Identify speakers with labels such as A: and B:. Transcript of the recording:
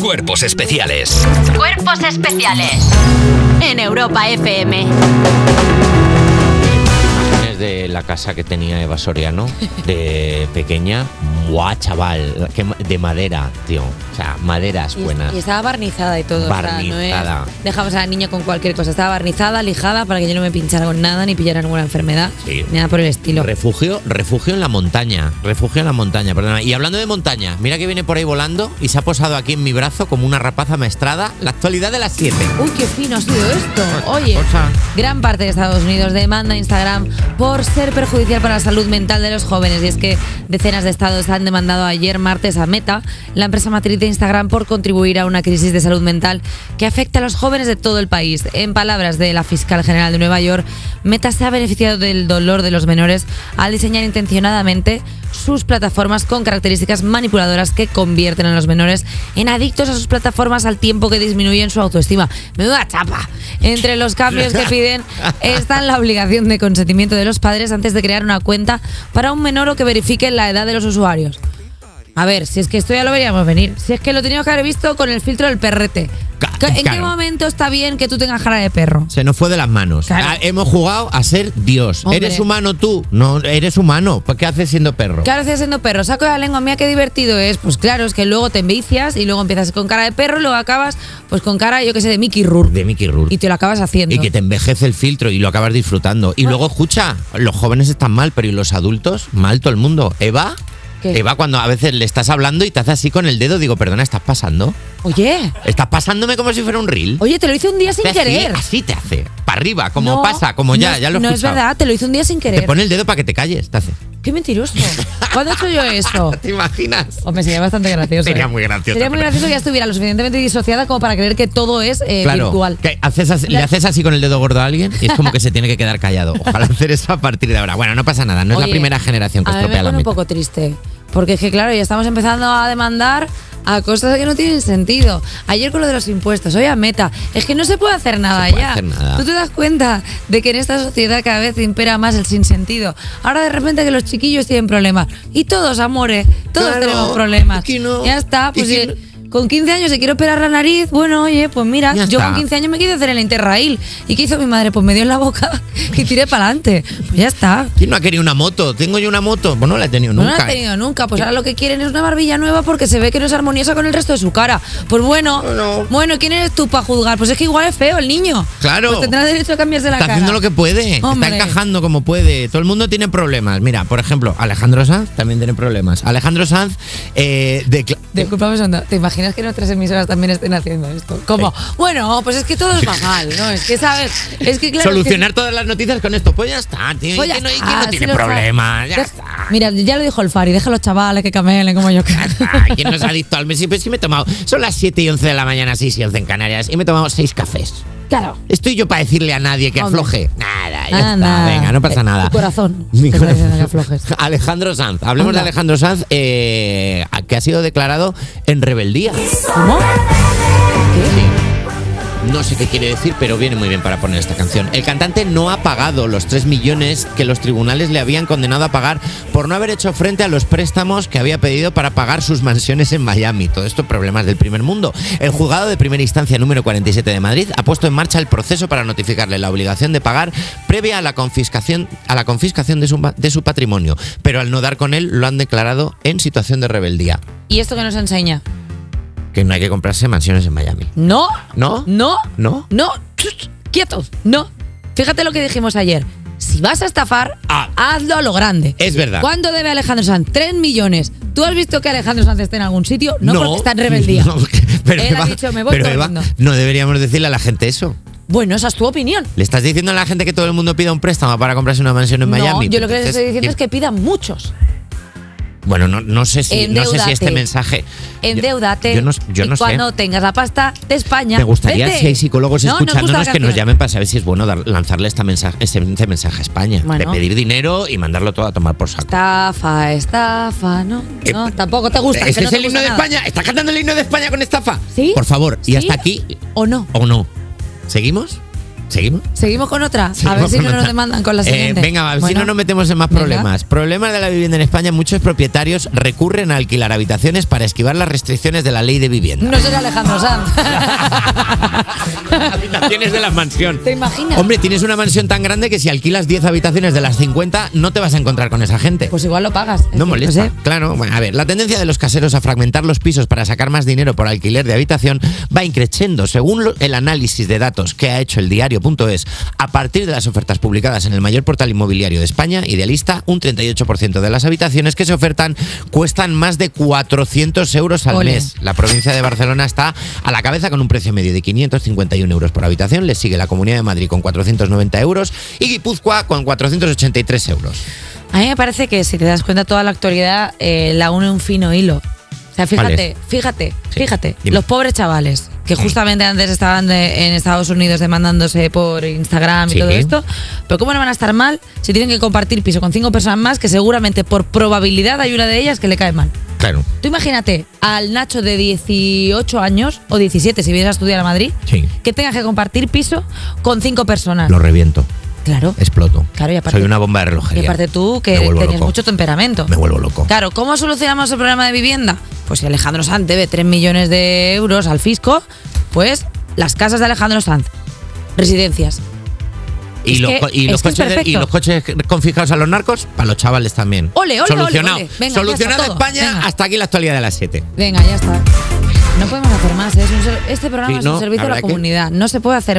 A: Cuerpos especiales.
B: Cuerpos especiales. En Europa FM.
C: de la casa que tenía Eva Soriano de pequeña. Buah, chaval, que ma- de madera, tío. O sea, maderas
D: Y-
C: buenas.
D: Y estaba barnizada y todo. O sea,
C: Barnizada.
D: no es, dejamos a la niña con cualquier cosa. Estaba barnizada, lijada, para que yo no me pinchara con nada ni pillara ninguna enfermedad.
C: Sí.
D: ni Nada por el estilo.
C: Refugio, refugio en la montaña. Refugio en la montaña, perdona. Y hablando de montaña, mira que viene por ahí volando y se ha posado aquí en mi brazo como una rapaza maestrada. La actualidad de las 7.
D: Uy, qué fino ha sido esto. Oye,
C: cosa.
D: gran parte de Estados Unidos demanda a Instagram por ser perjudicial para la salud mental de los jóvenes. Y es que decenas de estados han demandado ayer martes a Meta, la empresa matriz de Instagram, por contribuir a una crisis de salud mental que afecta a los jóvenes de todo el país. En palabras de la fiscal general de Nueva York, Meta se ha beneficiado del dolor de los menores al diseñar intencionadamente sus plataformas con características manipuladoras que convierten a los menores en adictos a sus plataformas al tiempo que disminuyen su autoestima. Menuda chapa. Entre los cambios que piden están la obligación de consentimiento de los padres antes de crear una cuenta para un menor o que verifique la edad de los usuarios. A ver, si es que esto ya lo veríamos venir. Si es que lo teníamos que haber visto con el filtro del perrete.
C: Ca-
D: ¿Qué- ¿En qué
C: claro.
D: momento está bien que tú tengas cara de perro?
C: Se nos fue de las manos.
D: Claro.
C: Ah, hemos jugado a ser Dios.
D: Hombre.
C: ¿Eres humano tú? No, eres humano. ¿Por ¿Qué haces siendo perro?
D: Claro, estás siendo perro. Saco de la lengua, mía, qué divertido es. Pues claro, es que luego te envicias y luego empiezas con cara de perro y luego acabas pues con cara, yo qué sé, de Mickey Rourke.
C: De Mickey Rourke.
D: Y te lo acabas haciendo.
C: Y que te envejece el filtro y lo acabas disfrutando.
D: Ah.
C: Y luego, escucha, los jóvenes están mal, pero ¿y los adultos? Mal todo el mundo. Eva,
D: ¿Qué?
C: Eva cuando a veces le estás hablando y te hace así con el dedo, digo, perdona, ¿estás pasando?
D: Oye,
C: ¿Estás pasándome como si fuera un reel?
D: oye, te lo hice un día sin
C: Te hace-
D: querer.
C: Así te hace. Para arriba, como
D: No,
C: pasa, como
D: no
C: ya,
D: es-
C: ya lo he
D: No es
C: escuchado.
D: verdad, te lo hice un día sin
C: Te
D: querer.
C: pone el dedo para que te calles, te hace.
D: Qué mentiroso. ¿Cuándo he hecho yo eso? Eh,
C: ¿Te imaginas?
D: Hombre, sería bastante gracioso.
C: Sería
D: ¿eh?
C: muy gracioso,
D: Sería muy
C: pero-
D: gracioso que ya estuviera lo suficientemente disociada como para creer que todo es eh,
C: claro,
D: virtual.
C: que haces así- le haces así con el dedo gordo a alguien y es como que se tiene que quedar callado. Ojalá hacer eso a partir de ahora. Bueno, no pasa nada, no es
D: Oye,
C: la primera generación que
D: a mí
C: estropea
D: me
C: la
D: pone un
C: mitad.
D: poco triste, porque es que claro, ya estamos empezando a demandar a cosas que no tienen sentido. Ayer con lo de los impuestos, hoy a Meta, es que no se puede hacer nada
C: puede
D: ya.
C: hacer nada.
D: Tú te das cuenta de que en esta sociedad cada vez impera más el sinsentido. Ahora de repente que los chiquillos tienen problemas y todos, amores, todos
C: Claro,
D: tenemos problemas.
C: es que no-
D: ya está,
C: es
D: pues
C: que
D: eh, con 15 años se quiero operar la nariz, bueno, oye, pues mira,
C: Ya
D: yo
C: está.
D: con 15 años me quise hacer el Interrail. ¿Y qué hizo mi madre? Pues me dio en la boca y tiré para adelante. Pues ya está.
C: ¿Quién no ha querido una moto? ¿Tengo yo una moto? Pues no la he tenido
D: No
C: nunca.
D: la han tenido nunca. Pues ahora lo que quieren es una barbilla nueva porque se ve que no es armoniosa con el resto de su cara. Pues bueno,
C: Bueno.
D: bueno, ¿quién eres tú para juzgar? Pues es que igual es feo el niño.
C: Claro.
D: Pues tendrá derecho a cambiarse la
C: Está
D: cara.
C: haciendo lo que puede,
D: Hombre.
C: está encajando como puede. Todo el mundo tiene problemas. Mira, por ejemplo, Alejandro Sanz también tiene problemas. Alejandro Sanz, eh, decla-
D: Disculpame, Sandra, ¿te imaginas que en otras emisoras también estén haciendo esto? Como, bueno, pues es que todo es bajal, ¿no? Es que, ¿sabes? Es que, claro. es que-
C: solucionar todas las noticias con esto. Pues ya está, tío.
D: Pues
C: y
D: ya
C: que no, y que
D: está,
C: no
D: sí
C: tiene
D: lo sabe. Pues
C: problemas. Ya
D: Deja-
C: está.
D: Mira, ya lo dijo el Fari, deja a los chavales que camelen como yo quiero.
C: Ah, ¿Quién nos ha adicto al mes? Pues sí me he tomado. Son las 7 y 11 de la mañana, 6 y 11 en Canarias. Y me he tomado 6 cafés.
D: Claro.
C: Estoy yo para decirle a nadie que
D: Hombre.
C: afloje. Nada, ya
D: Ah,
C: está.
D: nada.
C: Venga, no pasa
D: Eh,
C: nada.
D: tu corazón
C: Mi
D: te está
C: corazón.
D: diciendo que aflojes.
C: Alejandro Sanz. Hablemos
D: Anda.
C: de Alejandro Sanz, eh, que ha sido declarado en rebeldía.
D: ¿Cómo?
C: No sé qué quiere decir, pero viene muy bien para poner esta canción. El cantante no ha pagado los 3 millones que los tribunales le habían condenado a pagar por no haber hecho frente a los préstamos que había pedido para pagar sus mansiones en Miami. Todo esto problemas del primer mundo. El juzgado de primera instancia número 47 de Madrid ha puesto en marcha el proceso para notificarle la obligación de pagar previa a la confiscación, a la confiscación de, su, ma- de su patrimonio. Pero al no dar con él, lo han declarado en situación de rebeldía.
D: ¿Y esto que nos enseña?
C: Que no hay que comprarse mansiones en Miami.
D: No.
C: ¿No?
D: No.
C: ¿No?
D: No. Quietos. No. Fíjate lo que dijimos ayer. Si vas a estafar,
C: Ah.
D: hazlo a lo grande.
C: Es verdad.
D: ¿Cuánto debe Alejandro Sanz? 3 millones. ¿Tú has visto que Alejandro Sanz esté en algún sitio? No, porque está en rebeldía.
C: No, porque- pero
D: Él ha
C: Eva,
D: dicho, "Me voy
C: pero
D: todo el
C: Eva,
D: mundo".
C: no deberíamos decirle a la gente eso.
D: Bueno, esa es tu opinión.
C: ¿Le estás diciendo a la gente que todo el mundo pida un préstamo para comprarse una mansión en Miami? Pues
D: no, yo lo que les
C: Entonces,
D: estoy diciendo
C: y-
D: es que pidan muchos.
C: Bueno, no, no sé si, no sé si
D: Endeúdate.
C: este mensaje... yo-
D: Endeúdate.
C: Yo, no, yo
D: y
C: no sé.
D: cuando tengas la pasta de España.
C: Me gustaría,
D: vete.
C: si hay psicólogos
D: No, nos gusta la
C: escuchándonos, que nos
D: canción.
C: llamen para saber si es bueno dar- lanzarle esta mensaje, este, este mensaje a España.
D: Bueno.
C: De pedir dinero y mandarlo todo a tomar por saco.
D: Estafa, estafa, no.
C: Eh,
D: No, tampoco te gusta.
C: ¿Ese
D: que no
C: es
D: te
C: el
D: gusta
C: himno de
D: nada.
C: España? ¿Estás cantando el himno de España con estafa?
D: ¿Sí?
C: Por favor,
D: ¿Sí?
C: y hasta aquí
D: ¿O no?
C: o no. ¿Seguimos? ¿Seguimos?
D: Seguimos con otra. a ver
C: Seguimos
D: si
C: con
D: no nos
C: otra.
D: demandan con la
C: Eh,
D: siguiente.
C: venga, a ver si
D: Bueno,
C: no nos metemos en más
D: venga.
C: problemas. Problemas de la vivienda en España. Muchos propietarios recurren a alquilar habitaciones para esquivar las restricciones de la ley de vivienda.
D: No soy Alejandro Sanz.
C: habitaciones de la mansión.
D: ¿Te imaginas?
C: Hombre, tienes una mansión tan grande que si alquilas 10 habitaciones de las 50 no te vas a encontrar con esa gente.
D: Pues eh, igual lo pagas. Es
C: No
D: que,
C: molesta,
D: sé.
C: claro. Bueno, a ver, la tendencia de los caseros a fragmentar los pisos para sacar más dinero por alquiler de habitación va increciendo. Según lo- el análisis de datos que ha hecho el diario.es, a partir de las ofertas publicadas en el mayor portal inmobiliario de España, Idealista, un 38% de las habitaciones que se ofertan cuestan más de 400 euros al
D: Ole.
C: mes. La provincia de Barcelona está a la cabeza con un precio medio de 551 euros por habitación. Le sigue la Comunidad de Madrid con 490 euros y Guipúzcoa con 483 euros.
D: A mí me parece que si te das cuenta toda la actualidad eh, la une un fino hilo. O sea,
C: ¿Cuál
D: fíjate,
C: es?
D: fíjate,
C: Sí,
D: fíjate.
C: dime.
D: Los pobres chavales que justamente antes estaban de- en Estados Unidos demandándose por Instagram y
C: Sí.
D: todo esto. Pero ¿cómo no van a estar mal si tienen que compartir piso con cinco personas más que seguramente por probabilidad hay una de ellas que le cae mal?
C: Claro.
D: Tú imagínate al Nacho de 18 años o 17 si vienes a estudiar a Madrid
C: Sí.
D: que tengas que compartir piso con cinco personas.
C: Lo reviento.
D: Claro.
C: exploto.
D: Claro, y aparte-
C: Soy una bomba de
D: Y
C: relojería.
D: aparte tú, que
C: Me vuelvo
D: tenías
C: loco.
D: mucho temperamento.
C: Me vuelvo loco.
D: Claro, ¿cómo solucionamos el problema de vivienda? Pues si Alejandro Sanz debe 3 millones de euros al fisco, pues las casas de Alejandro Sanz, residencias.
C: y,
D: es
C: los,
D: que-
C: co- y
D: es
C: los
D: que es
C: coches de- y
D: perfecto.
C: los coches confiscados a los narcos, para los chavales también.
D: Ole, ole, ole,
C: Solucionado.
D: ole. Venga, ya
C: Solucionado
D: está todo.
C: España,
D: Venga.
C: hasta aquí la actualidad de las 7.
D: Venga, ya está. No podemos hacer más. ¿eh? Es un ser- este programa
C: Sí,
D: es
C: no,
D: un servicio
C: la
D: a la
C: verdad que-
D: comunidad. No se puede hacer más.